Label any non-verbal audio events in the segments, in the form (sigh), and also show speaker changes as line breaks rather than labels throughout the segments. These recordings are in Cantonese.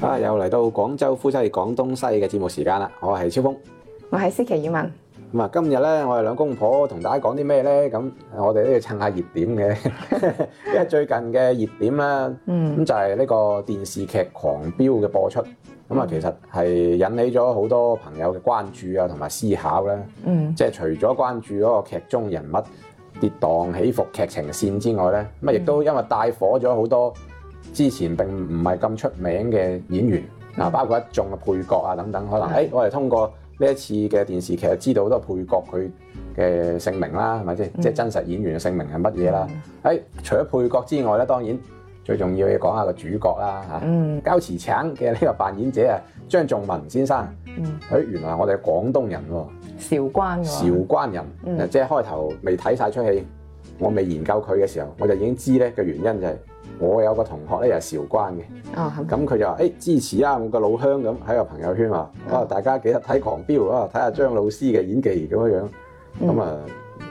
啊，又嚟到廣州夫妻廣東西嘅節目時間啦！我係超峰。
我係思琪宇文，
咁啊，今日咧，我哋兩公婆同大家講啲咩咧？咁我哋都要趁下熱點嘅， (laughs) 因為最近嘅熱點啦，咁
嗯
就係呢個電視劇《狂飆》嘅播出。咁啊，
嗯
其實係引起咗好多朋友嘅關注啊，同埋思考啦。
嗯
即係除咗關注嗰個劇中人物跌宕起伏劇情線之外咧，咁啊亦都因為帶火咗好多之前並唔係咁出名嘅演員啊，
嗯
包括一眾嘅配角啊等等，可能誒、
係
哎我哋通過呢一次嘅電視劇就知道好多配角佢嘅姓名啦，係咪先？
嗯
即係真實演員嘅姓名係乜嘢啦？誒、除咗配角之外咧，當然最重要要講下個主角啦嚇。
嗯
交池橙嘅呢個扮演者啊，張仲文先生，
嗯，
佢原來我哋係廣東人喎。
韶關嘅
韶
喎，
關人，
嗯
即係開頭未睇晒出戲，我未研究佢嘅時候，我就已經知咧嘅原因就係、我有個同學咧又係韶關嘅，
哦係
咁佢就話：誒、支持啊，我個老鄉咁喺個朋友圈話：
嗯
啊，大家記得睇《狂飆》啊，睇下張老師嘅演技咁樣樣。
嗯
咁啊、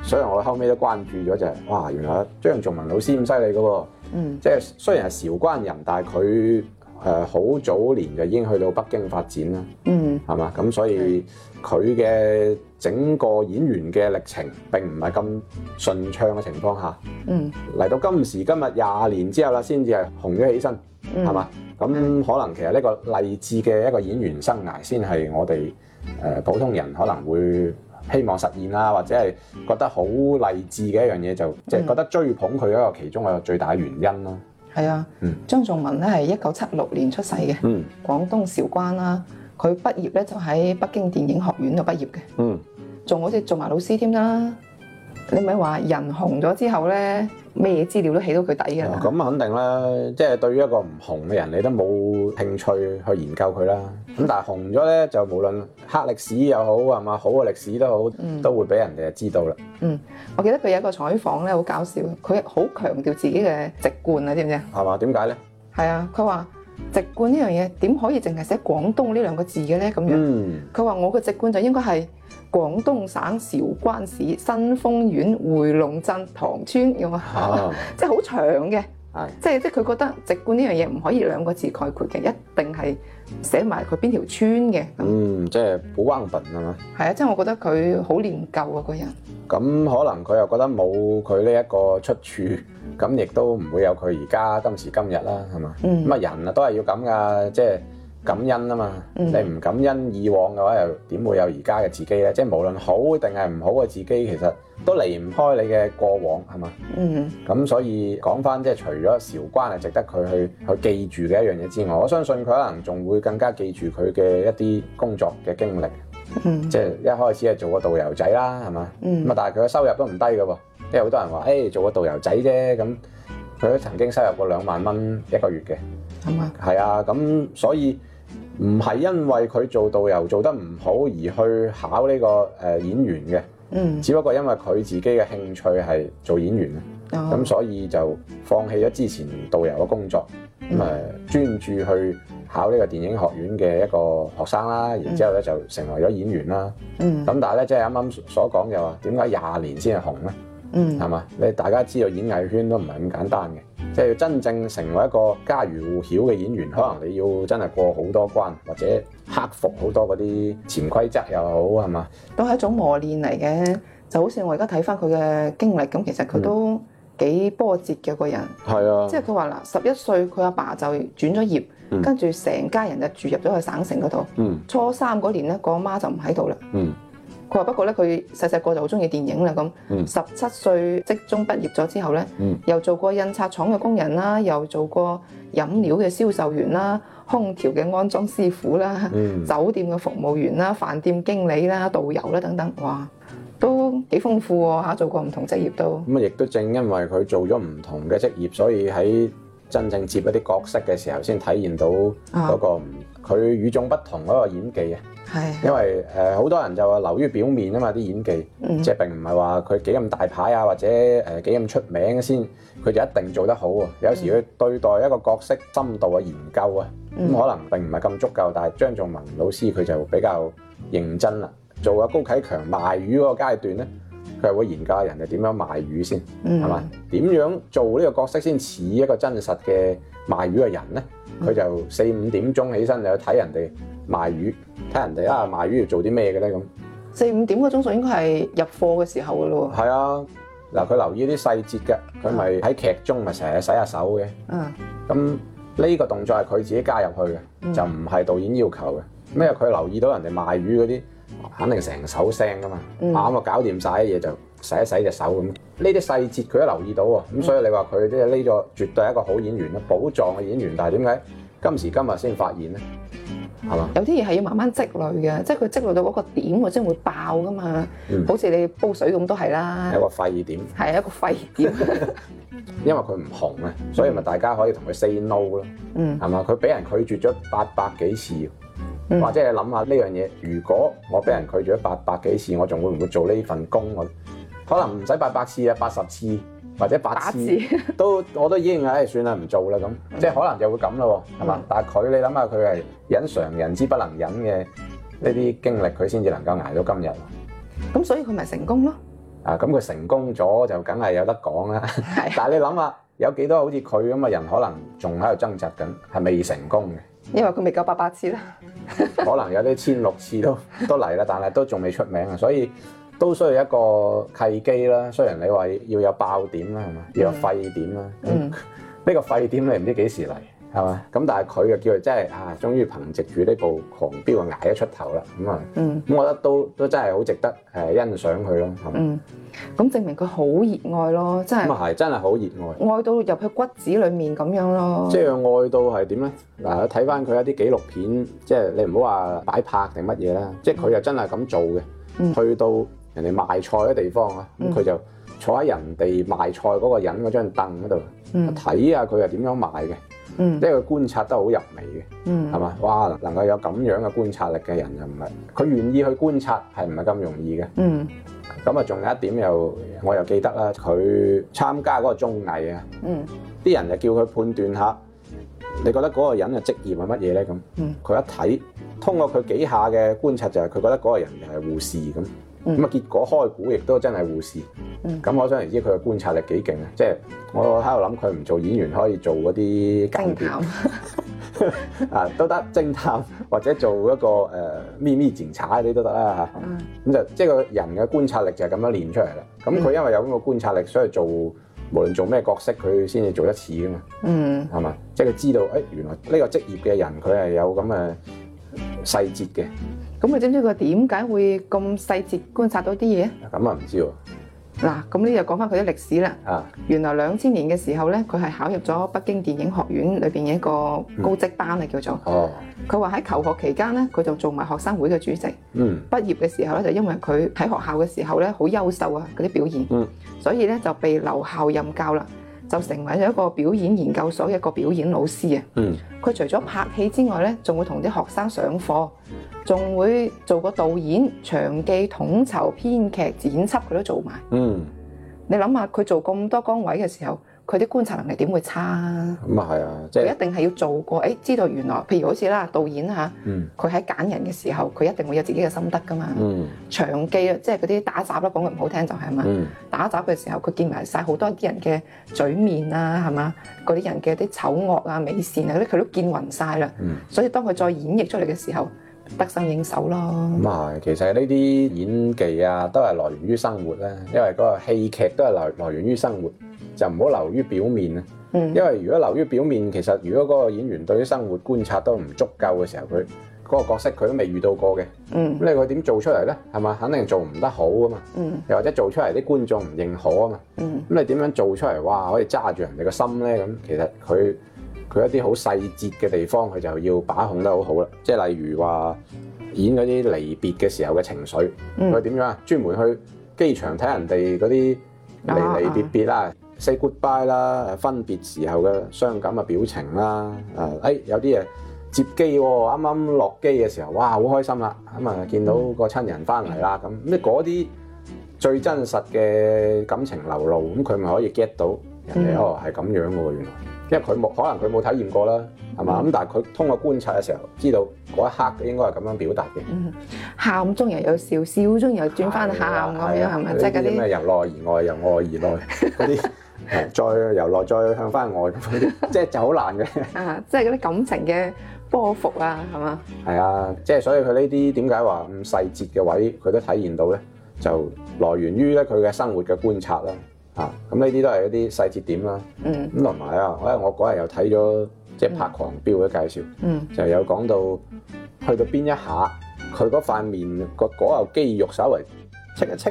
所以我後尾都關注咗就係、哇，原來張仲文老師咁犀利嘅喎，
嗯
即係雖然係韶關人，但係佢誒好早年就已經去到北京發展啦。
嗯
係嘛？咁所以佢嘅整個演員嘅歷程並唔係咁順暢嘅情況下，
嗯
嚟到今時今日廿年之後啦，先至係紅咗起身，
嗯，
係嘛？咁可能其實呢個勵志嘅一個演員生涯，先係我哋誒、呃普通人可能會希望實現啦，或者係覺得好勵志嘅一樣嘢，就即係、覺得追捧佢一個其中一個最大嘅原因咯。
係啊
嗯，
張仲文咧係一九七六年出世嘅，
嗯
廣東韶關啦。佢畢業咧就喺北京電影學院度畢業嘅，
嗯
仲好似做埋老師添啦。你咪話人紅咗之後咧，咩嘢資料都起到佢底㗎
哦
啦。
咁肯定啦，即係對於一個唔紅嘅人，你都冇興趣去研究佢啦。咁但係紅咗咧，就無論黑歷史又好，係嘛好嘅歷史都好，
嗯，
都會俾人哋知道啦。
我記得佢有一個採訪咧，好搞笑，佢好強調自己嘅籍貫啊，知唔知啊？
係嘛？點解咧？
係啊，佢話籍貫呢樣嘢點可以淨係寫廣東呢兩個字嘅咧？咁樣。
嗯，
佢話我嘅籍貫就應該係廣東省韶關市新豐縣回龍鎮塘村咁啊，
啊，
(laughs) 即係好長嘅，
係
即係即係佢覺得籍貫呢樣嘢唔可以兩個字概括嘅，一定係寫埋佢邊條村嘅。咁
嗯，即係好彎笨係嘛？
係啊，即係我覺得佢好念舊啊個人。
咁可能佢又覺得冇佢呢一個出處，咁亦都唔會有佢而家今時今日啦，係嘛？
嗯
咁啊，人啊都係要咁噶，即係感恩啊嘛。
嗯
你唔感恩以往嘅話，又點會有而家嘅自己咧？即係無論好定係唔好嘅自己，其實都離唔開你嘅過往，係嘛？
嗯
咁所以講翻即係除咗韶關係值得佢去去記住嘅一樣嘢之外，我相信佢可能仲會更加記住佢嘅一啲工作嘅經歷，
嗯
即係一開始係做個導遊仔啦，係嘛？咁啊
嗯，
但係佢嘅收入都唔低嘅喎，因為好多人話，誒、做個導遊仔啫，咁佢都曾經收入過兩萬蚊一個月嘅。
係嘛？
係啊，咁所以唔係因為佢做導遊做得唔好而去考呢個誒演員嘅，
嗯，
只不過因為佢自己嘅興趣係做演員咁、
哦
所以就放棄咗之前導遊嘅工作，咁誒、呃專注去考呢個電影學院嘅一個學生啦，然之後咧就成為咗演員啦。
嗯
咁但係咧，即係啱啱所講就話點解廿年先係紅咧？
嗯
係嘛？你大家知道演藝圈都唔係咁簡單嘅，即係要真正成為一個家喻戶曉嘅演員，可能你要真係過好多關，或者克服好多嗰啲潛規則又好，係嘛？
都係一種磨練嚟嘅，就好似我而家睇翻佢嘅經歷咁，其實佢都
嗯
幾波折嘅個人。
係啊
即係佢話啦，十一歲佢阿爸就轉咗業
嗯，
跟住成家人就住入咗去省城嗰度。
嗯
初三嗰年咧，個阿媽就唔喺度啦。
嗯
佢話不過咧，佢細細個就好中意電影啦咁。
嗯
十七歲職中畢業咗之後咧，
嗯
又做過印刷廠嘅工人啦，又做過飲料嘅銷售員啦，空調嘅安裝師傅啦，
嗯，
酒店嘅服務員啦、飯店經理啦、導遊啦等等，哇！都幾豐富喎嚇，做過唔同職業都。
咁啊，亦都正因為佢做咗唔同嘅職業，所以喺真正接一啲角色嘅時候，先體現到
啊
嗰、個唔佢、與眾不同嗰個演技啊。
係，
因為誒好、多人就話流於表面啊嘛，啲演技。
嗯
即，係並唔係話佢幾咁大牌啊，或者誒幾咁出名先，佢就一定做得好喎。有時佢對待一個角色深度嘅研究啊，咁、
嗯
可能並唔係咁足夠，但係張仲文老師佢就比較認真啦。做阿高啟強賣魚嗰個階段咧，佢係會研究下人哋點樣賣魚先，係
係
嘛、？點樣做呢個角色先似一個真實嘅賣魚嘅人咧？佢就四五點鐘起身就去睇人哋賣魚，睇人哋啊賣魚要做啲咩嘅咧咁。
四五點個鐘數應該係入貨嘅時候噶咯
係啊，嗱，佢留意啲細節嘅，佢咪喺劇中咪成日洗下手嘅。
喎。嗯，
咁呢個動作係佢自己加入去嘅，
嗯
就唔係導演要求嘅。咩？佢留意到人哋賣魚嗰啲，肯定成手聲噶嘛，
嗯
啱啊，搞掂晒啲嘢就洗一洗隻手咁。呢啲細節佢都留意到喎，咁
嗯
所以你話佢即係呢個絕對係一個好演員啦，寶藏嘅演員，但係點解今時今日先發現咧？係嘛？
有啲嘢係要慢慢積累嘅，即係佢積累到嗰個點，佢先會爆噶嘛。
嗯
好似你煲水咁都係啦
有，個廢點，
係一個沸
(laughs)
點。
因為佢唔紅啊，所以咪大家可以同佢 say no 咯。
嗯
係嘛？佢俾人拒絕咗八百幾次，
嗯
或者你諗下呢樣嘢，如果我俾人拒絕咗八百幾次，我仲會唔會做呢份工？我可能唔使八百次啊，八十次或者八
八
次
字，
都我都已經唉、算啦，唔做啦咁，即係可能就會咁咯喎，係嘛？
嗯
但係佢你諗下，佢係忍常人之不能忍嘅呢啲經歷，佢先至能夠捱到今日。
咁所以佢咪成功咯。
啊，咁佢成功咗就梗係有得講啦。
係，
但係你諗下，有幾多好似佢咁嘅人，可能仲喺度掙扎緊，係未成功嘅。
因為佢未夠八百次啦。
可能有啲千六次都 (laughs) 都嚟啦，但係都仲未出名啊，所以都需要一個契機啦。雖然你話要有爆點啦，係嘛，要有沸點啦。
嗯
呢個沸點你唔知幾時嚟，係嘛？咁但係佢就叫做真係啊，終於憑藉住呢部狂飆啊捱咗出頭啦。咁啊，
嗯
咁我覺得都都真係好值得誒欣賞佢咯，係嘛？
嗯，咁證明佢好熱愛咯，真係
咁啊係真係好熱愛。
愛到入去骨子裡面咁樣咯。
即係愛到係點咧？嗱，睇翻佢一啲紀錄片，即係你唔好話擺拍定乜嘢啦，即係佢就真係咁做嘅。
嗯
去到人哋賣菜嘅地方啊，咁
嗯
佢就坐喺人哋賣菜嗰個人嗰張凳嗰度
嗯
睇下佢係點樣賣嘅，
嗯
即係佢觀察得好入微嘅，係
嗯
嘛？哇，能夠有咁樣嘅觀察力嘅人就唔係，佢願意去觀察係唔係咁容易嘅。
嗯
咁啊，仲有一點又我又記得啦，佢參加嗰個綜藝啊。
嗯
啲人就叫佢判斷下，你覺得嗰個人嘅職業係乜嘢咧？咁
嗯
佢一睇，通過佢幾下嘅觀察就係佢覺得嗰個人就係護士咁，咁啊、
嗯
結果開估亦都真係護士。咁、
嗯
可想而知佢嘅觀察力幾勁啊！即係我喺度諗佢唔做演員可以做嗰啲間
偵
諜
探。
啊，都得偵探 (laughs) 或者做一個誒、呃咪咪警察嗰啲都得啦嚇。
嗯
咁就即係個人嘅觀察力就係咁樣練出嚟啦。咁
嗯
佢因為有咁嘅觀察力，所以做無論做咩角色佢先至做得似噶嘛。
嗯
係嘛？即係佢知道，誒、哎原來呢個職業嘅人佢係有咁嘅細節嘅，
咁你知唔知佢點解會咁細節觀察到啲嘢？
咁啊唔知喎
嗱，咁呢就講翻佢啲歷史啦。
啊，
原來兩千年嘅時候咧，佢係考入咗北京電影學院裏邊嘅一個高職班啊，叫做。
哦，
佢話喺求學期間咧，佢就做埋學生會嘅主席。
嗯
畢業嘅時候咧，就因為佢喺學校嘅時候咧好優秀啊，嗰啲表現，
嗯
所以咧就被留校任教啦，就成為咗一個表演研究所嘅一個表演老師啊。
嗯，
佢除咗拍戲之外咧，仲會同啲學生上課，仲會做個導演、場記、統籌、編劇、剪輯，佢都做埋。
嗯，
你諗下，佢做咁多崗位嘅時候，佢啲觀察能力點會差啊？
咁啊係啊，即
佢
係
一定係要做過，誒、知道原來，譬如好似啦，導演嚇，
嗯
佢喺揀人嘅時候，佢一定會有自己嘅心得噶嘛。
嗯
長記啊，即係嗰啲打雜啦，講句唔好聽就係嘛，
嗯
打雜嘅時候佢見埋晒好多啲人嘅嘴面啊，係嘛，嗰啲人嘅啲醜惡啊、美善啊嗰啲，佢都見暈晒啦。
嗯，
所以當佢再演繹出嚟嘅時候，得心應手咯。
咁啊係，其實呢啲演技啊都係來源於生活啦，因為嗰個戲劇都係來來源於生活，就唔好流於表面啊。
嗯
因為如果流於表面，其實如果嗰個演員對於生活觀察都唔足夠嘅時候，佢嗰、個角色佢都未遇到過嘅，
嗯
咁你佢點做出嚟咧？係嘛，肯定做唔得好啊嘛。
嗯
又或者做出嚟啲觀眾唔認可啊嘛，
嗯
咁你點樣做出嚟？哇，可以揸住人哋個心咧？咁其實佢佢一啲好細節嘅地方，佢就要把控得好好啦。即係例如話演嗰啲離別嘅時候嘅情緒，佢
嗯
點樣啊？專門去機場睇人哋嗰啲離
啊
離
啊
別別啦，say goodbye 啦，誒分別時候嘅傷感嘅表情啦，誒、哎有啲嘢接機喎，啱啱落機嘅時候，哇好開心啦，咁
嗯
啊見到個親人翻嚟啦，咁咩嗰啲最真實嘅感情流露，咁佢咪可以 get 到人哋、
嗯
哦係咁樣嘅喎原來。因為佢冇可能佢冇體驗過啦，係
嗯
嘛？咁但係佢通過觀察嘅時候，知道嗰一刻應該係咁樣表達嘅。
喊嗯中又有笑，笑中又轉翻
係啊
喊咁樣係咪？
呢
即係嗰
咩
啲
由內而外，由外而內
(laughs)
嗰啲，誒再由內再向翻外，嗰啲即係就好難嘅。
啊，即係嗰啲感情嘅波幅啊，係嘛？
係啊，即係所以佢呢啲點解話咁細節嘅位佢都體現到咧，就來源於咧佢嘅生活嘅觀察啦。啊，咁呢啲都係一啲細節點啦。
嗯
咁同埋啊，我我嗰日又睇咗即係拍狂飆嘅介紹。
嗯
就有講到去到邊一下，佢嗰塊面個嗰嚿肌肉稍微戚一戚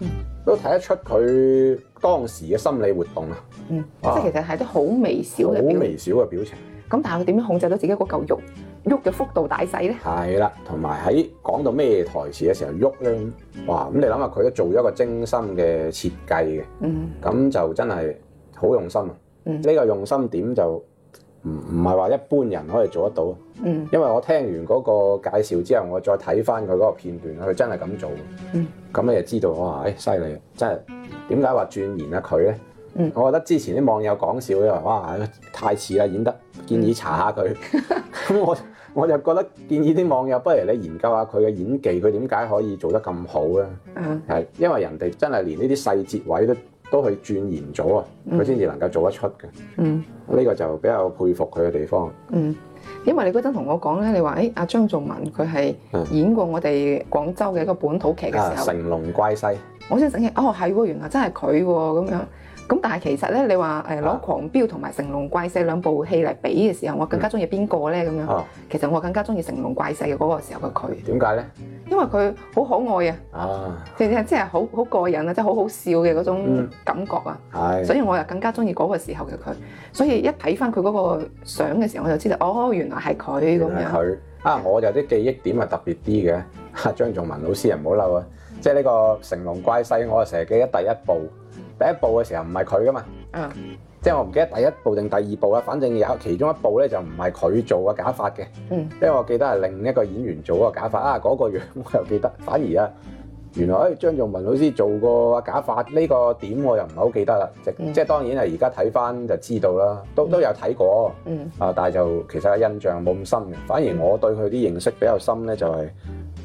嗯，
都睇得出佢當時嘅心理活動啊，
嗯，即
啊
係其實係啲好微小
好
嘅表
微小嘅表情，
咁但係佢點樣控制到自己嗰嚿肉喐嘅幅度大細咧？
係啦，同埋喺講到咩台詞嘅時候喐咧，哇！咁你諗下佢都做咗一個精心嘅設計嘅，
嗯
咁就真係好用心啊！呢、
嗯
個用心點就唔唔係話一般人可以做得到。
嗯
因為我聽完嗰個介紹之後，我再睇翻佢嗰個片段，佢真係咁做。
嗯，
咁你就知道哇，誒犀利！啊真係點解話轉言啊佢咧？
嗯
我覺得之前啲網友講笑咧，話哇太似啦，演得建議查下佢。
嗯
(laughs) 咁、我我就覺得建議啲網友，不如你研究下佢嘅演技，佢點解可以做得咁好咧？
啊
係因為人哋真係連呢啲細節位都都去鑽研咗啊，佢先至能夠做得出嘅。
嗯
呢、個就比較佩服佢嘅地方。
嗯，因為你嗰陣同我講咧，你話誒阿張頌文佢係
嗯
演過我哋廣州嘅一個本土劇嘅
啊，
時候，
成龍怪西。
我先醒起哦係喎，原來真係佢喎咁樣。咁但係其實咧，你話誒攞
啊
《狂飆》同埋《成龍怪世》兩部戲嚟比嘅時候，我更加中意邊個咧？咁樣
啊，
其實我更加中意《成龍怪世》嘅嗰個時候嘅佢，
點解咧？
因為佢好可愛啊，
啊，
即係即係好好過癮啊，即係好好笑嘅嗰種
嗯
感覺啊。
係
所以我又更加中意嗰個時候嘅佢，所以一睇翻佢嗰個相嘅時候，我就知道哦，原來係佢咁樣。
佢啊，我就啲記憶點係特別啲嘅。 (laughs) 啊張仲文老師唔好嬲啊，即係呢個《成龍怪世》，我成日記得第一部，第一部嘅時候唔係佢噶嘛，
嗯
即係我唔記得第一部定第二部啦，反正有其中一部咧就唔係佢做嘅假髮嘅，
嗯
因為我記得係另一個演員做嗰個假髮啊，嗰、個樣我又記得，反而啊。原來誒張仲文老師做過假髮呢個點我又唔係好記得啦，即
嗯
即係當然係而家睇翻就知道啦，都都有睇過，
嗯
啊，但係就其實印象冇咁深嘅，反而我對佢啲認識比較深咧，就係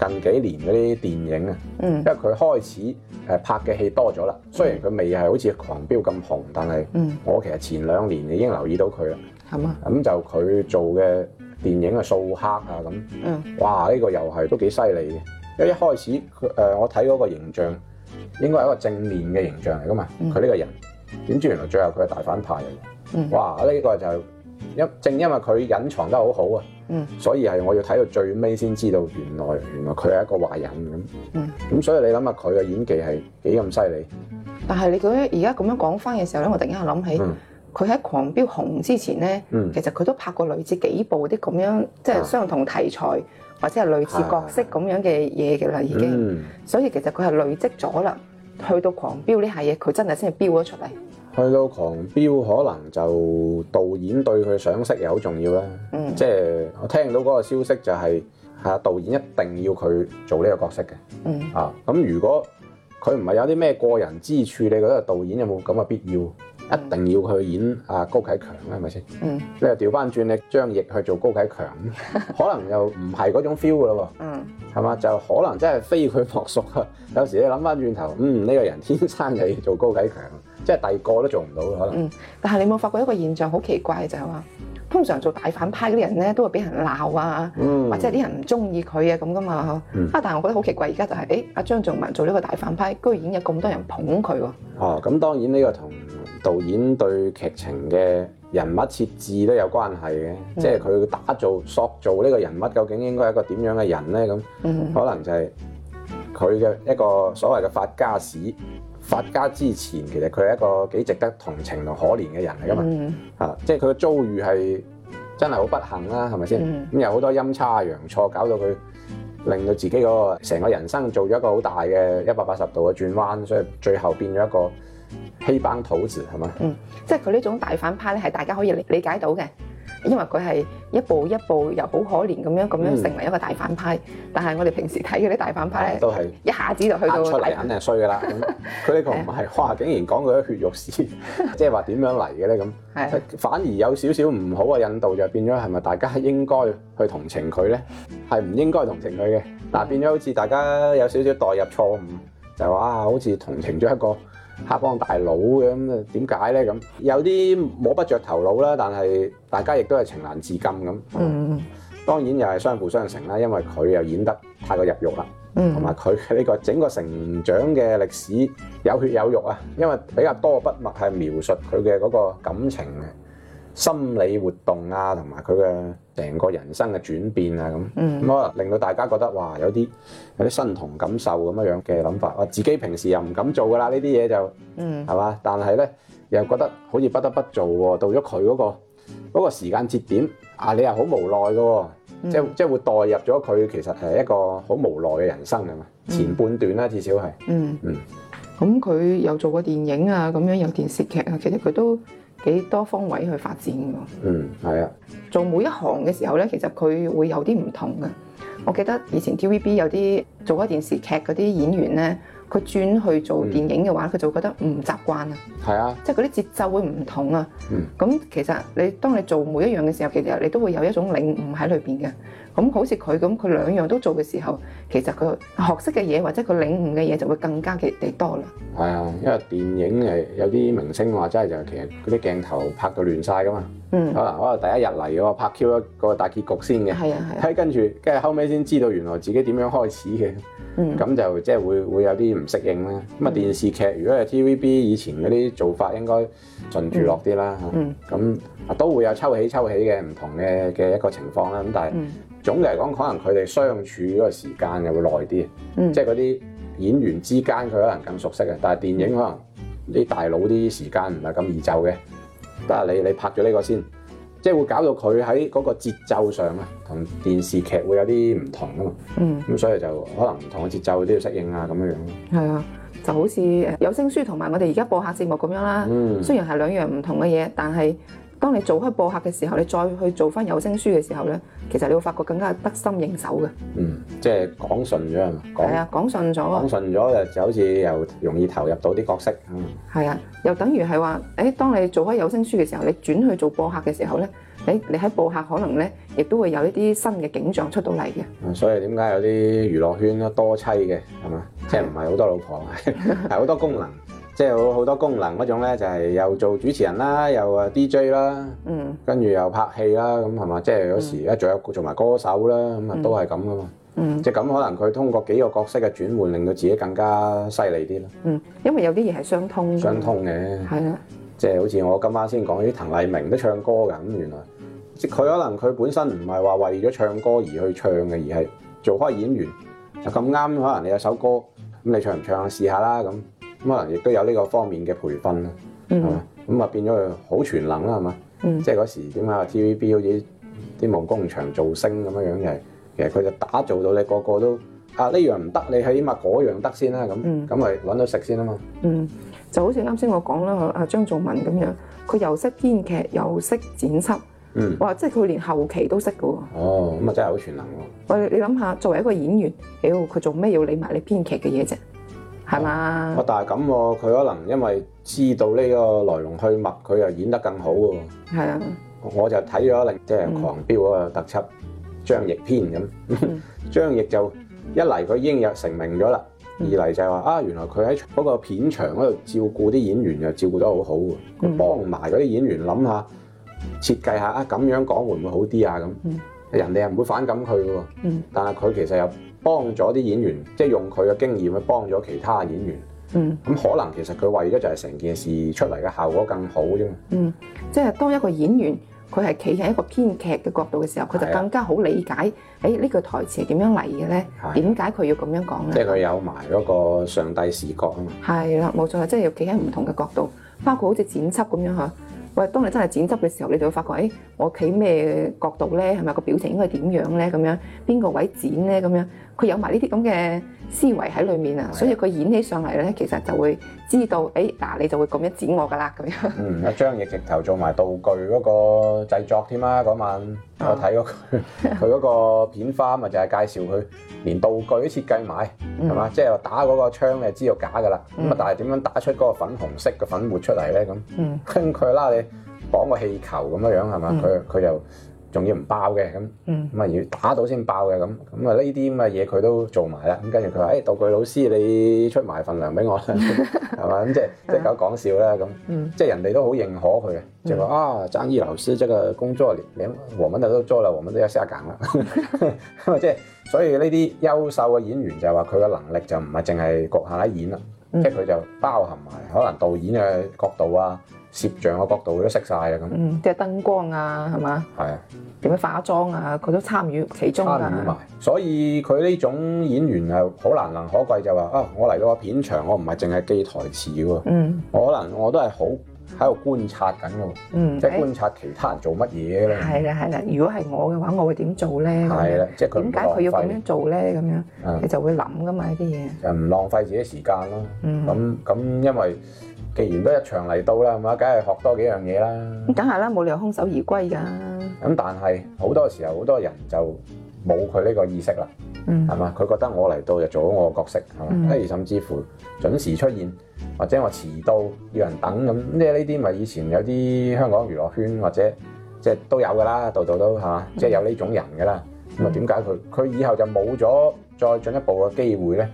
近幾年嗰啲電影啊，
嗯
因為佢開始誒拍嘅戲多咗啦。雖然佢未係好似《狂飆》咁紅，但係
嗯，
我其實前兩年已經留意到佢啦。
係嘛？
咁就佢做嘅電影嘅掃黑啊咁，
嗯
哇！呢、個又係都幾犀利嘅，因為一開始佢誒、呃我睇嗰個形象應該係一個正面嘅形象嚟噶嘛，
嗯
佢呢個人點知原來最後佢係大反派啊嚟嘅。
嗯
哇！呢、個就因正因為佢隱藏得好好啊，
嗯
所以係我要睇到最尾先知道原來原來佢係一個壞人咁。
嗯
咁所以你諗下佢嘅演技係幾咁犀利？
但係你覺得而家咁樣講翻嘅時候咧，我突然間諗起
嗯
佢喺《狂飆》紅之前咧，
嗯
其實佢都拍過類似幾部啲咁樣，即係
啊
相同題材或者係類似角色咁樣嘅嘢嘅啦，已經。
嗯，
所以其實佢係累積咗啦，去到《狂飆》呢下嘢，佢真係先係飆咗出嚟。
去到狂飆可能就導演對佢賞識又好重要啦。
嗯
即係我聽到嗰個消息就係、係啊導演一定要佢做呢個角色嘅
嗯
啊。咁如果佢唔係有啲咩過人之處，你覺得導演有冇咁嘅必要一定要佢演啊高啟強咧？係咪先？
嗯
你又調翻轉，你張譯去做高
(laughs)
啟強，可能又唔係嗰種 feel 噶咯
嗯
喎，係嘛？就可能真係非佢莫屬啊！有時你諗翻轉頭，嗯，呢、個人天生就要做高啟強，即係第二個都做唔到可能。
嗯但係你有冇發覺一個現象好奇怪就係話，通常做大反派嗰啲人咧都會俾人鬧啊，
嗯，
或者啲人唔中意佢啊咁噶嘛。
嗯
啊，但係我覺得好奇怪，而家就係、誒阿張頌文做呢個大反派，居然有咁多人捧佢喎。
哦，咁當然呢個同導演對劇情嘅人物設置都有關係嘅，
嗯
即係佢打造、塑造呢個人物究竟應該係一個點樣嘅人呢？咁。
嗯
可能就係佢嘅一個所謂嘅發家史。發家之前，其實佢係一個幾值得同情同可憐嘅人嚟噶嘛，
嗯
啊，即係佢嘅遭遇係真係好不幸啦，係咪先？咁、
嗯
有好多陰差陽錯，搞到佢令到自己嗰個成個人生做咗一個好大嘅一百八十度嘅轉彎，所以最後變咗一個欺班土字係嘛？
即係佢呢種大反派咧，係大家可以理理解到嘅，因為佢係一步一步又好可憐咁樣咁
嗯
樣成為一個大反派。但係我哋平時睇嘅啲大反派咧，
啊都係
一下子就嗯去
呃
到
出
大
嚟
反
肯定係衰噶啦。咁佢呢個唔係哇，竟然講佢啲血肉
(laughs)
史，即係話點樣嚟嘅咧咁？
派，係
(laughs) 反而有少少唔好嘅引導就變咗係咪大家應該去同情佢呢？係唔應該同情佢嘅嗱，變咗好似大家有少少代入錯誤，就話啊，好似同情咗一個黑幫大佬嘅咁，點解呢？咁有啲摸不着頭腦啦，但係大家亦都係情難自禁咁。
嗯
當然又係相輔相成啦，因為佢又演得太過入肉啦。
嗯
同埋佢嘅呢個整個成長嘅歷史有血有肉啊，因為比較多筆墨係描述佢嘅嗰個感情嘅心理活動啊，同埋佢嘅成個人生嘅轉變啊咁。
嗯
咁可能令到大家覺得哇，有啲有啲身同感受咁樣樣嘅諗法，啊自己平時又唔敢做噶啦，呢啲嘢就
嗯
係嘛，但係咧又覺得好似不得不做喎。到咗佢嗰個嗰、個時間節點啊，你又好無奈嘅喎。
嗯，
即即會代入咗佢其實係一個好無奈嘅人生啊嘛，
嗯
前半段啦至少係，
嗯
嗯，
咁佢又做過電影啊，咁樣有電視劇啊，其實佢都幾多方位去發展㗎。
嗯係啊，
做每一行嘅時候咧，其實佢會有啲唔同嘅。我記得以前 TVB 有啲做開電視劇嗰啲演員咧，佢轉去做
嗯
電影嘅話，佢就會覺得唔習慣啊，
係啊，
即係嗰啲節奏會唔同啊
嗯。
咁、其實你當你做每一樣嘅時候，其實你都會有一種領悟喺裏邊嘅。咁好似佢咁，佢兩樣都做嘅時候，其實佢學識嘅嘢或者佢領悟嘅嘢就會更加嘅地多啦。
係啊，因為電影係有啲明星話真係就係其實嗰啲鏡頭拍到亂晒噶嘛，
嗯
可，能可能第一日嚟我拍 Q 一個大結局先嘅，
係啊，係啊，
喺 (laughs) 跟住跟住後尾先知道原來自己點樣開始嘅，
嗯，
咁就即係會會有啲唔適應啦。咁啊
嗯
電視劇如果係 TVB 以前嗰啲做法應該順住落啲啦，
嗯
咁啊都會有抽起抽起嘅唔同嘅嘅一個情況啦，咁但係。
嗯，
總嘅嚟講，可能佢哋相處嗰個時間又會耐啲，
嗯
即係嗰啲演員之間佢可能更熟悉嘅，但係電影可能啲大佬啲時間唔係咁易就嘅。但係你你拍咗呢個先，即係會搞到佢喺嗰個節奏上啊，同電視劇會有啲唔同啊嘛。
嗯。
咁所以就可能唔同嘅節奏都要適應啊咁樣樣咯。
係啊，就好似誒有聲書同埋我哋而家播客節目咁樣啦。
嗯，
雖然係兩樣唔同嘅嘢，但係當你做開播客嘅時候，你再去做翻有聲書嘅時候咧，其實你會發覺更加得心應手嘅。
嗯，即係講順咗啊嘛，
係
講
啊，講順咗啊
講，順咗就就好似又容易投入到啲角色啊嘛。
係啊，又等於係話，誒，當你做開有聲書嘅時候，你轉去做播客嘅時候咧，你你喺播客可能咧，亦都會有一啲新嘅景象出到嚟嘅。
嗯所以點解有啲娛樂圈都多妻嘅係嘛？即係唔係好多老婆，係 (laughs) 好多功能，即係好好多功能嗰種咧，就係又做主持人啦，又啊 DJ 啦，
嗯
跟住又拍戲啦，咁係嘛？即係有時咧，仲有做埋歌手啦，咁啊
嗯
都係咁噶嘛。
嗯
即係咁，可能佢通過幾個角色嘅轉換，令到自己更加犀利啲咯，
嗯，因為有啲嘢係相通嘅。
相。通嘅。
係啊，
即係好似我今晚先講啲滕麗明都唱歌㗎，咁原來即係佢可能佢本身唔係話為咗唱歌而去唱嘅，而係做開演員就咁啱，可能你有首歌咁你唱唔唱啊試下啦咁，咁可能亦都有呢個方面嘅培訓啦，係
嗯
嘛？咁啊變咗佢好全能啦，係嘛？
嗯
即係嗰時點解話 TVB 好似啲夢工場造星咁樣樣嘅，其實佢就打造到你個個都啊呢樣唔得，你起碼嗰樣得先啦，咁
嗯
咁咪揾到食先啊嘛，
嗯，就好似啱先我講啦，阿張頌文咁樣，佢又識編劇，又識剪輯，
嗯。
哇！即係佢連後期都識嘅喎。
哦，咁啊真係好全能喎！
喂，你諗下，作為一個演員，屌佢做咩要理埋你編劇嘅嘢啫？係嘛
哇！？但係咁喎，佢可能因為知道呢個來龍去脈，佢又演得更好喎。
係啊，
我就睇咗另即係
嗯
狂飆嗰個特輯張譯篇咁
嗯，
(laughs) 張譯就一嚟佢已經有成名咗啦，二
嗯
嚟就係話啊，原來佢喺嗰個片場嗰度照顧啲演員又照顧得好好喎，佢
嗯
幫埋嗰啲演員諗下設計下啊，咁樣講會唔會好啲啊咁
嗯？
人哋又唔會反感佢嘅喎。
嗯
但係佢其實又幫咗啲演員，即係用佢嘅經驗去幫咗其他演員。
嗯
咁可能其實佢為咗就係成件事出嚟嘅效果更好啫嘛。
嗯，即係當一個演員佢係企喺一個編劇嘅角度嘅時候，佢
係啊
就更加好理解，誒、呢句台詞係點樣嚟嘅咧？
係
點解佢要咁樣講
即係
咧？
佢有埋嗰個上帝視角啊嘛。
係啦，冇錯，即係要企喺唔同嘅角度，包括好似剪輯咁樣嚇。喂，當你真係剪輯嘅時候，你就會發覺，誒、哎我企咩角度咧？係咪個表情應該點樣咧？咁樣邊個位剪咧？咁樣佢有埋呢啲咁嘅思維喺裡面啊，所以佢演起上嚟咧，其實就會知道，誒、哎嗱，你就會咁樣剪我噶啦，咁樣。
嗯，阿張亦直頭做埋道具嗰個製作添啦，嗰晚
啊
我睇
(laughs)
嗰個佢嗰個片花咪就係介紹佢連道具都設計埋，係嘛？即係話打嗰個槍你就知道假㗎啦，咁
嗯
啊但係點樣打出嗰個粉紅色嘅粉末出嚟咧？咁 (laughs)
嗯
跟佢啦，你綁個氣球咁樣樣係嘛？
嗯
佢佢就仲要唔爆嘅咁。
嗯
咁啊要打到先爆嘅咁，咁啊呢啲咁嘅嘢佢都做埋啦。咁跟住佢話：，誒、道具老師，你出埋份糧俾我啦，係嘛？咁即係即係搞講笑啦咁。
嗯
即係人哋都好認可佢嘅，就話啊，張毅老師這個工作連我們的都做了，我們都要下崗啦。咁啊，即係所以呢啲優秀嘅演員就係話佢嘅能力就唔係淨係局限喺演啦，
嗯
即係佢就包含埋可能導演嘅角度啊、攝像嘅角度佢都識晒啊咁。
嗯，即係燈光啊，係嘛？
係啊。
點樣化妝啊，佢都參與其中
參與埋
㗎。，
啊所以佢呢種演員係好難能可貴，就話啊，我嚟到個片場，我唔係淨係記台詞喎，
嗯
我可能我都係好喺度觀察緊嘅喎，
嗯，
即係
誒
觀察其他人做乜嘢咧，
係啦係啦，如果係我嘅話，我會點做咧？咁樣
係啦，即係佢
點
唔
解佢要
浪
咁
費
樣做咧？咁樣
嗯
你就會諗㗎嘛呢啲嘢。
就唔浪費自己時間咯。
嗯，
咁咁因為既然都一場嚟到啦，係嘛，梗係學多幾樣嘢啦。
梗係啦，冇理由空手而歸㗎。
咁但係好多時候好多人就冇佢呢個意識啦。
嗯
係嘛？佢覺得我嚟到就做好我個角色，係嘛
嗯？
誒、甚至乎準時出現，或者我遲到要人等咁，即係呢啲咪以前有啲香港娛樂圈或者即係都有㗎啦，度度都係嘛？即係有呢種人㗎啦。咁啊
嗯
點解佢佢以後就冇咗再進一步嘅機會咧？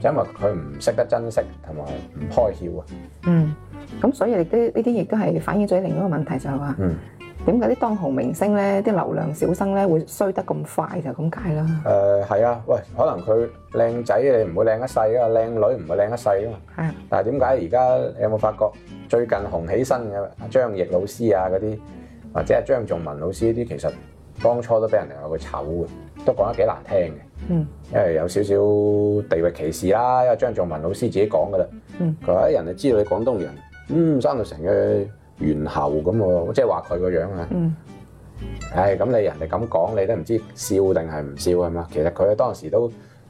就因為佢唔識得珍惜同埋唔開竅啊！
嗯，咁所以亦都呢啲亦都係反映咗另一個問題，就係話
嗯
點解啲當紅明星咧、啲流量小生咧會衰得咁快就係咁解啦。
誒、係啊，喂，可能佢靚仔你唔會靚一世啊，靚女唔會靚一世啊嘛。
係啊
但係點解而家有冇發覺最近紅起身嘅張譯老師啊嗰啲，或者係張仲文老師呢啲，其實當初都俾人哋話佢醜嘅，都講得幾難聽嘅。
嗯，
因為有少少地域歧視啦。因為張仲文老師自己講噶啦，
嗯
佢話、哎人哋知道你廣東人，嗯，生到成個猿猴咁喎，即係話佢個樣啊。
嗯
唉，咁你人哋咁講，你都唔知笑定係唔笑係嘛？其實佢當時都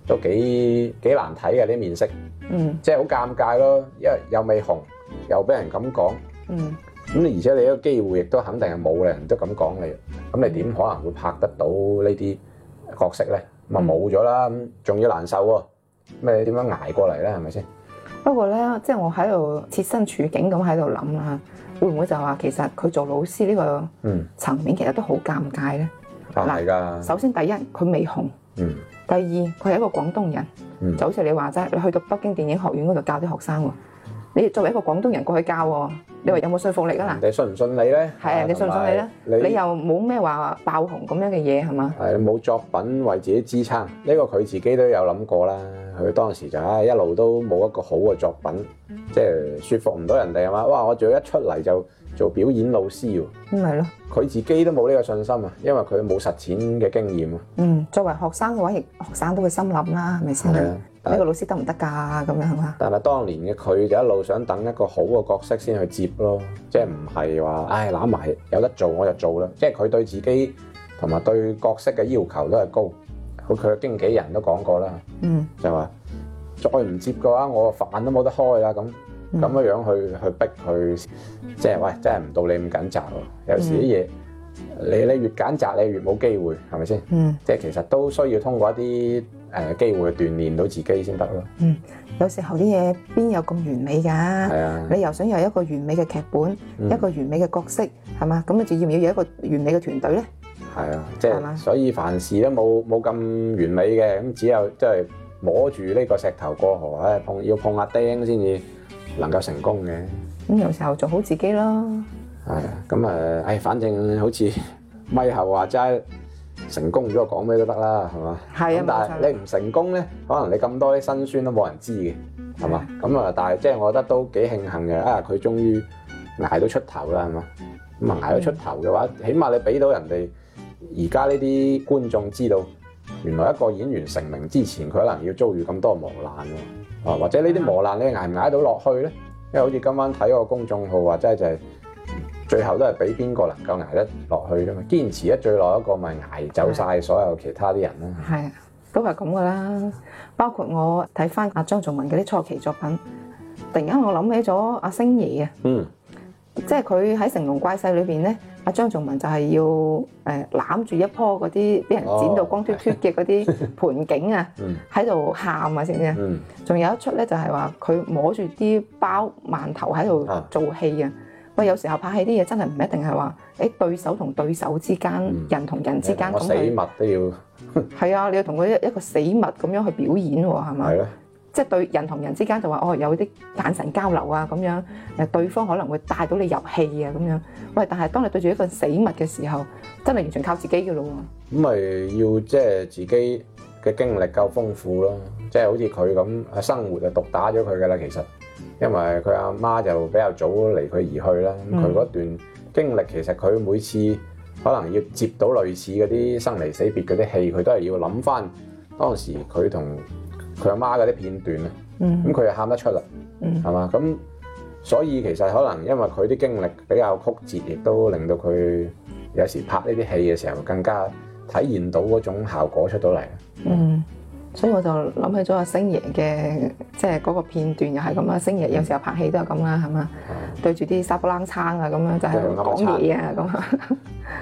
都幾幾難睇嘅啲面色。
嗯
即係好尷尬咯，因為又未紅，又俾人咁講，
嗯
咁你而且你個機會亦都肯定係冇嘅，人都咁講你，咁你點可能會拍得到呢啲角色咧？咁啊
嗯
冇咗啦，咁仲要難受喎，咁你點樣捱過嚟咧？係咪先？
不過咧，即係我喺度設身處境咁喺度諗啦，會唔會就話其實佢做老師呢個
嗯，
層面其實都好尷尬咧？
啊
嗱
係㗎，
首先第一，佢未紅；
嗯
第二，佢係一個廣東人，
嗯
就好似你話齋，你去到北京電影學院嗰度教啲學生喎，你作為一個廣東人過去教喎，你話有冇說服力啊
人哋信唔信你咧？
係啊你信唔信你咧
你
嗱？你又冇咩話爆紅咁樣嘅嘢係嘛？
係冇作品為自己支撐，呢、個佢自己都有諗過啦。佢當時就唉、一路都冇一個好嘅作品，即係説服唔到人哋係嘛？哇！我仲要一出嚟就做表演老師喎，
咁咪咯，
佢自己都冇呢個信心啊，因為佢冇實踐嘅經驗啊。
嗯，作為學生嘅話，亦學生都會心諗啦，係咪先？
係啊
呢個老師得唔得㗎？咁樣係嘛？
但係當年嘅佢就一路想等一個好嘅角色先去接咯，即係唔係話唉攬埋有得做我就做啦，即係佢對自己同埋對角色嘅要求都係高。佢佢嘅經紀人都講過啦。
嗯
就話再唔接嘅話，我飯都冇得開啦咁。
嗯
咁樣樣去去逼佢，即係喂，真係唔到你咁緊窄喎。有時
嗯
啲嘢，你你越緊窄，你越冇機會，係咪先？
嗯，
即係其實都需要通過一啲誒、機會去鍛鍊到自己先得咯。
有時候啲嘢邊有咁完美㗎？
係啊，
你又想有一個完美嘅劇本，
嗯
一個完美嘅角色，係嘛？咁你仲要唔要有一個完美嘅團隊咧？
係啊，即
係嘛
係所以凡事都冇冇咁完美嘅，咁只有即係摸住呢個石頭過河，唉碰要碰下釘先至能夠成功嘅。
咁有時候做好自己咯。
係啊，咁誒，唉，反正好似咪後話齋，成功咗講咩都得啦，係嘛？
係
咁
啊，冇
但
錯
係
啦。
你唔成功咧，可能你咁多啲辛酸都冇人知嘅，係嘛？
嗯
咁啊，但係即係我覺得都幾慶幸嘅，啊，佢終於捱到出頭啦，係嘛？咁啊，捱到出頭嘅話，
嗯
起碼你俾到人哋而家呢啲觀眾知道，原來一個演員成名之前，佢可能要遭遇咁多磨難喎，啊，或
嗯
者呢啲磨難你捱唔捱到落去咧？因為好似今晚睇個公眾號話，真係就係最後都係俾邊個能夠捱得落去啫嘛。堅持得最耐一個，咪捱走晒所有其他啲人啦。
係啊，都係咁噶啦。包括我睇翻阿張仲文嗰啲初期作品，突然間我諗起咗阿星爺啊，
嗯，
即係佢喺《成龍怪世》裏邊咧，阿張仲文就係要誒攬住一棵嗰啲俾人剪到光脱脱嘅嗰
(laughs)
啲盆景啊
哦嗯，
喺度喊啊先嘅。
嗯，
仲有一出咧就係話佢摸住啲包饅頭喺度
啊
做戲啊！喂，有時候拍戲啲嘢真係唔一定係話誒對手同對手之間、
嗯
人同人之間
我
咁
死
去，
物都要
係啊，你要同佢一一個死物咁樣去表演喎，係嘛
係？咯，
即係對人同人之間就話哦有啲眼神交流啊咁樣，誒對方可能會帶到你入戲啊咁樣。喂，但係當你對住一個死物嘅時候，真係完全靠自己嘅咯喎。
咁咪要即係自己嘅經歷夠豐富咯。即係好似佢咁，啊生活就毒打咗佢噶啦。其實，因為佢阿媽就比較早離佢而去啦。咁
嗯
佢嗰段經歷其實佢每次可能要接到類似嗰啲生離死別嗰啲戲，佢都係要諗翻當時佢同佢阿媽嗰啲片段啊。咁
嗯
佢又喊得出啦，
嗯
係嘛？咁所以其實可能因為佢啲經歷比較曲折，亦都令到佢有時拍呢啲戲嘅時候更加體現到嗰種效果出到嚟。
嗯，所以我就諗起咗阿星爺嘅即係嗰個片段又係咁啦。啊星爺有時候拍戲都係咁啦，係嘛？對住啲沙煲冷撐啊咁樣就係
對
講嘢啊咁啊。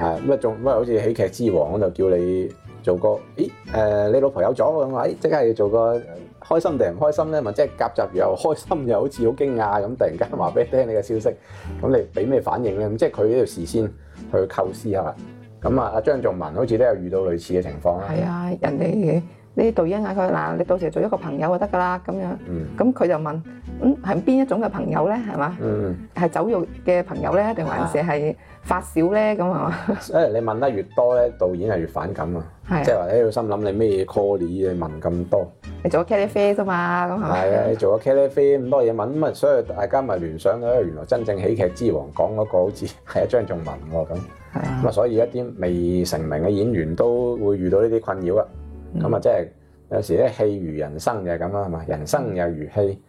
係咁啊，仲乜好似喜劇之王嗰度叫你做個，咦誒、呃你老婆有咗咁啊，咦即刻要做個開心定唔開心咧？咪即係夾雜又開心又好似好驚訝咁，突然間話俾你聽你嘅消息，咁你俾咩反應咧？咁即係佢呢度事先去構思係嘛？咁啊，阿張仲文好似都有遇到類似嘅情況啦。
係啊，人哋啲導演嗌佢嗱，你到時做一個朋友就得㗎啦咁樣。
嗯。
咁佢就問，嗯係邊一種嘅朋友咧？係嘛？
嗯，
係酒肉嘅朋友咧，定還是係發小咧？咁啊，
所以哎你問得越多咧，導演係越反感啊！
(laughs)
即
係
係話喺度心諗你咩嘢 call 你，你問咁多，
你做咗茄喱啡啫嘛，咁係嘛？
係啊，你做個茄喱啡咁多嘢問，咁啊，所以大家咪聯想到原來真正喜劇之王講嗰個好似係一張仲文喎咁，
係啊
咁啊，所以一啲未成名嘅演員都會遇到呢啲困擾啊，
嗯
咁啊，即係有時咧戲如人生就係咁啦，係嘛，人生又如戲，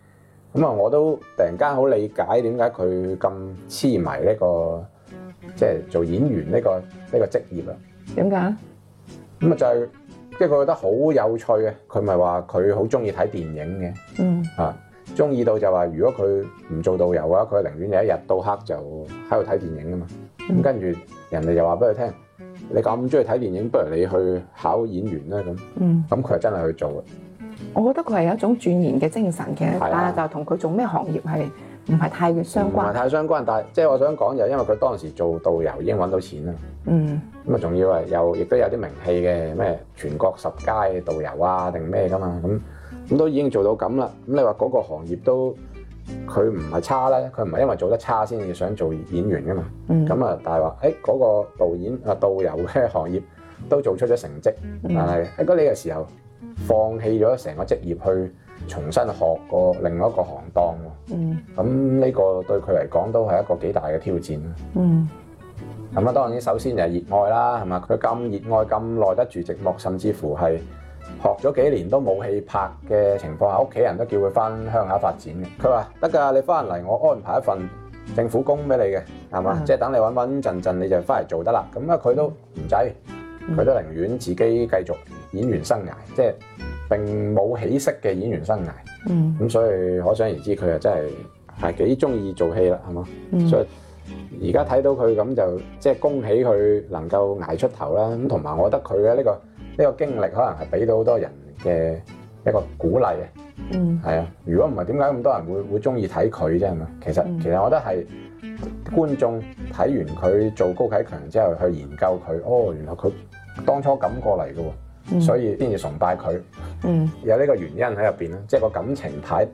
咁啊，我都突然間好理解點解佢咁痴迷呢個即係做演員呢個呢個職業啊。
點解？
咁啊就係即係佢覺得好有趣嘅，佢咪話佢好中意睇電影
嗯
嘅，啊中意到就話如果佢唔做導遊嘅話，佢寧願有一日到黑就喺度睇電影啊嘛。咁
嗯
跟住人哋就話俾佢聽，你咁中意睇電影，不如你去考演員啦咁。
嗯，
咁佢係真係去做啊嘅。
我覺得佢係有一種鑽研嘅精神嘅，
係啊
但係就同佢做咩行業係唔係太相
唔係
關？
太相關，但係即係我想講就係因為佢當時做導遊已經揾到錢啦，
嗯
咁啊仲要係又亦都有啲名氣嘅咩全國十佳嘅導遊啊定咩噶嘛，咁咁都已經做到咁啦，咁你話嗰個行業都佢唔係差咧，佢唔係因為做得差先至想做演員噶嘛，
嗯
咁啊但係話誒嗰個導演啊導遊嘅行業都做出咗成績，
嗯
但係喺嗰呢個時候放棄咗成個職業去重新學過另外一個行當喎。
嗯
咁呢個對佢嚟講都係一個幾大嘅挑戰啦。
嗯
咁啊，當然首先就係熱愛啦，係嘛？佢咁熱愛咁耐得住寂寞，甚至乎係學咗幾年都冇戲拍嘅情況下，屋企人都叫佢翻鄉下發展嘅。佢話：得㗎，你翻嚟我安排一份政府工俾你嘅，係嘛？
嗯
即係等你穩穩陣陣，你就翻嚟做得啦。咁啊，佢都唔制，佢都寧願自己繼續演員生涯，即係並冇起色嘅演員生涯。
嗯
咁所以可想而知，佢啊真係係幾中意做戲啦，係嘛？
嗯
所以而家睇到佢咁就即係恭喜佢能夠捱出頭啦。咁同埋我覺得佢嘅呢個呢、個經歷可能係俾到好多人嘅一個鼓勵啊。
嗯
係啊，如果唔係點解咁多人會會中意睇佢啫？係嘛？其實、
嗯
其實我覺得係觀眾睇完佢做高啟強之後去研究佢，哦，原來佢當初咁過嚟嘅喎，
嗯
所以先至崇拜佢。
嗯
有呢個原因喺入邊啦，即係個感情牌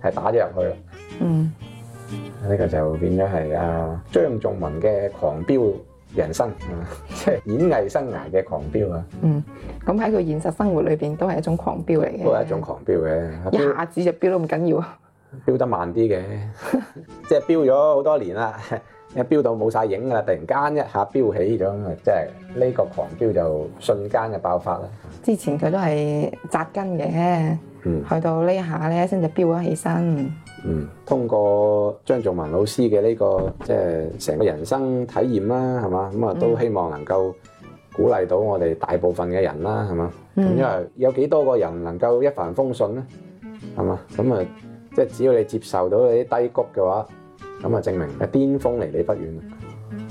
係打咗入去啦。
嗯
啊呢、個就變咗係啊張仲文嘅狂飆人生啊， (laughs) 即係演藝生涯嘅狂飆啊，
嗯，咁喺佢現實生活裏邊都係一種狂飆嚟嘅，
都係一種狂飆嘅，
一
飆
下子就飆到咁緊要啊！
飆得慢啲嘅， (laughs) 即係飆咗好多年啦， (laughs) 一飆到冇晒影㗎啦，突然間一下飆起咗咁啊，即係呢個狂飆就瞬間嘅爆發啦。
之前佢都係扎根嘅，
嗯
去到呢一下咧先至飆咗起身。
嗯，通過張頌文老師嘅呢、個即係成個人生體驗啦，係嘛？咁啊都希望能夠鼓勵到我哋大部分嘅人啦，係嘛？
嗯
咁、因為有幾多個人能夠一帆風順咧，係嘛？咁啊，即係只要你接受到你啲低谷嘅話，咁啊證明嘅巔峰離你不遠啦。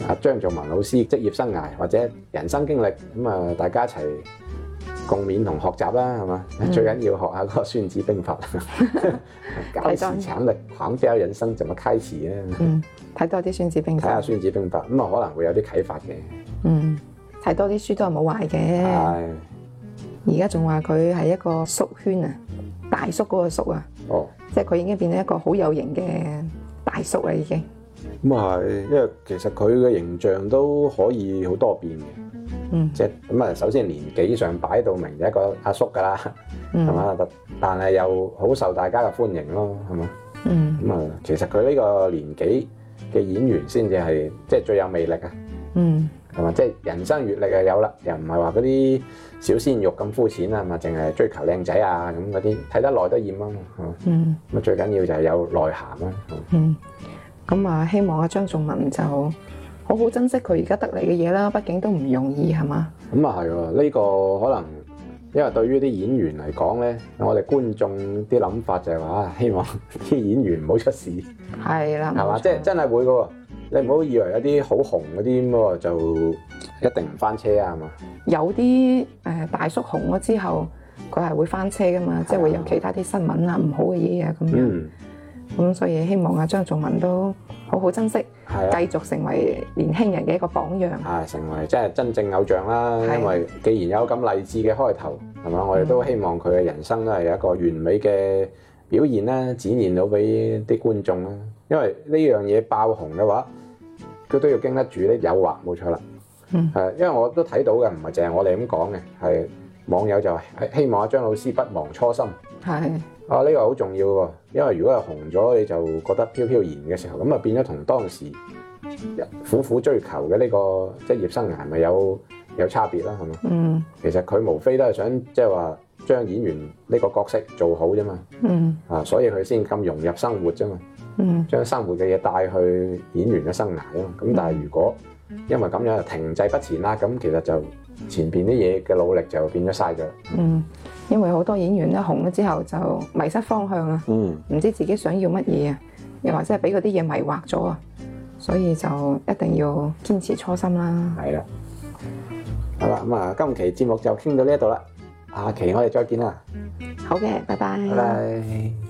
阿張頌文老師職業生涯或者人生經歷，咁啊大家一齊共勉同學習啦，係嘛？最緊要學下嗰個《孫子兵法》，搞時產力，砍掉人生怎麼開始咧？
嗯，睇多啲孫子兵
睇下
法，
《孫子兵法》，咁啊可能會有啲啟發嘅。
嗯，睇多啲書都係冇壞嘅。
係，
而家仲話佢係一個叔圈啊，大叔嗰個叔啊，
哦。
即係佢已經變咗一個好有型嘅大叔啦，已經。
咁啊係，因為其實佢嘅形象都可以好多變嘅，
嗯
即係咁啊。首先年紀上擺到明就一個阿叔㗎啦，係
嗯
嘛、但係又好受大家嘅歡迎咯，係嘛？
嗯
咁啊，其實佢呢個年紀嘅演員先至係即係最有魅力啊，
嗯
係嘛？即係人生閲歷啊有啦，又唔係話嗰啲小鮮肉咁膚淺啊嘛，淨係追求靚仔啊咁嗰啲，睇得耐都厭啊嘛，係嘛？
嗯
咁啊最緊要就係有內涵啦，係嘛
嗯，咁啊，希望阿張仲文就好好珍惜佢而家得嚟嘅嘢啦，畢竟都唔容易係嘛。
咁啊係喎，呢、個可能因為對於啲演員嚟講咧，我哋觀眾啲諗法就係話啊希望 (laughs) 啲演員唔好出事，係
係啦，
嘛？
嗯冇錯
即係真係會嘅喎，你唔好以為有啲好紅嗰啲咁喎就一定唔翻車啊係嘛？
有啲誒大叔紅咗之後，佢係會翻車噶嘛，即係會有其他啲新聞啊、唔好嘅嘢啊咁樣。
嗯，
咁所以希望阿張仲文都好好珍惜，
係啊。
繼續成為年輕人嘅一個榜樣。
啊！成為即係真正偶像啦，
係
因為既然有咁勵志嘅開頭，係嘛？我哋都希望佢嘅人生都係有一個完美嘅表現啦，展現到俾啲觀眾啦。因為呢樣嘢爆紅嘅話，佢都要經得住啲誘惑，冇錯啦。
嗯
係，因為我都睇到嘅，唔係淨係我哋咁講嘅，係網友就係希望阿張老師不忘初心。
係，
啊！呢、個好重要喎，因為如果係紅咗，你就覺得飄飄然嘅時候，咁啊變咗同當時苦苦追求嘅呢個職業生涯咪有有差別啦，係嘛？
嗯
其實佢無非都係想即係話將演員呢個角色做好啫嘛，
嗯
啊，所以佢先咁融入生活啫嘛，
嗯
將生活嘅嘢帶去演員嘅生涯啊嘛。咁但係如果因為咁樣就停滯不前啦，咁其實就前邊啲嘢嘅努力就變咗嘥咗啦。
嗯，因為好多演員咧紅咗之後就迷失方向啊。
嗯，
唔知自己想要乜嘢啊，又或者係俾嗰啲嘢迷惑咗啊，所以就一定要堅持初心啦。
係啦。好啦，咁啊，今期節目就傾到呢一度啦，下期我哋再見啦，
好嘅，拜拜
拜拜。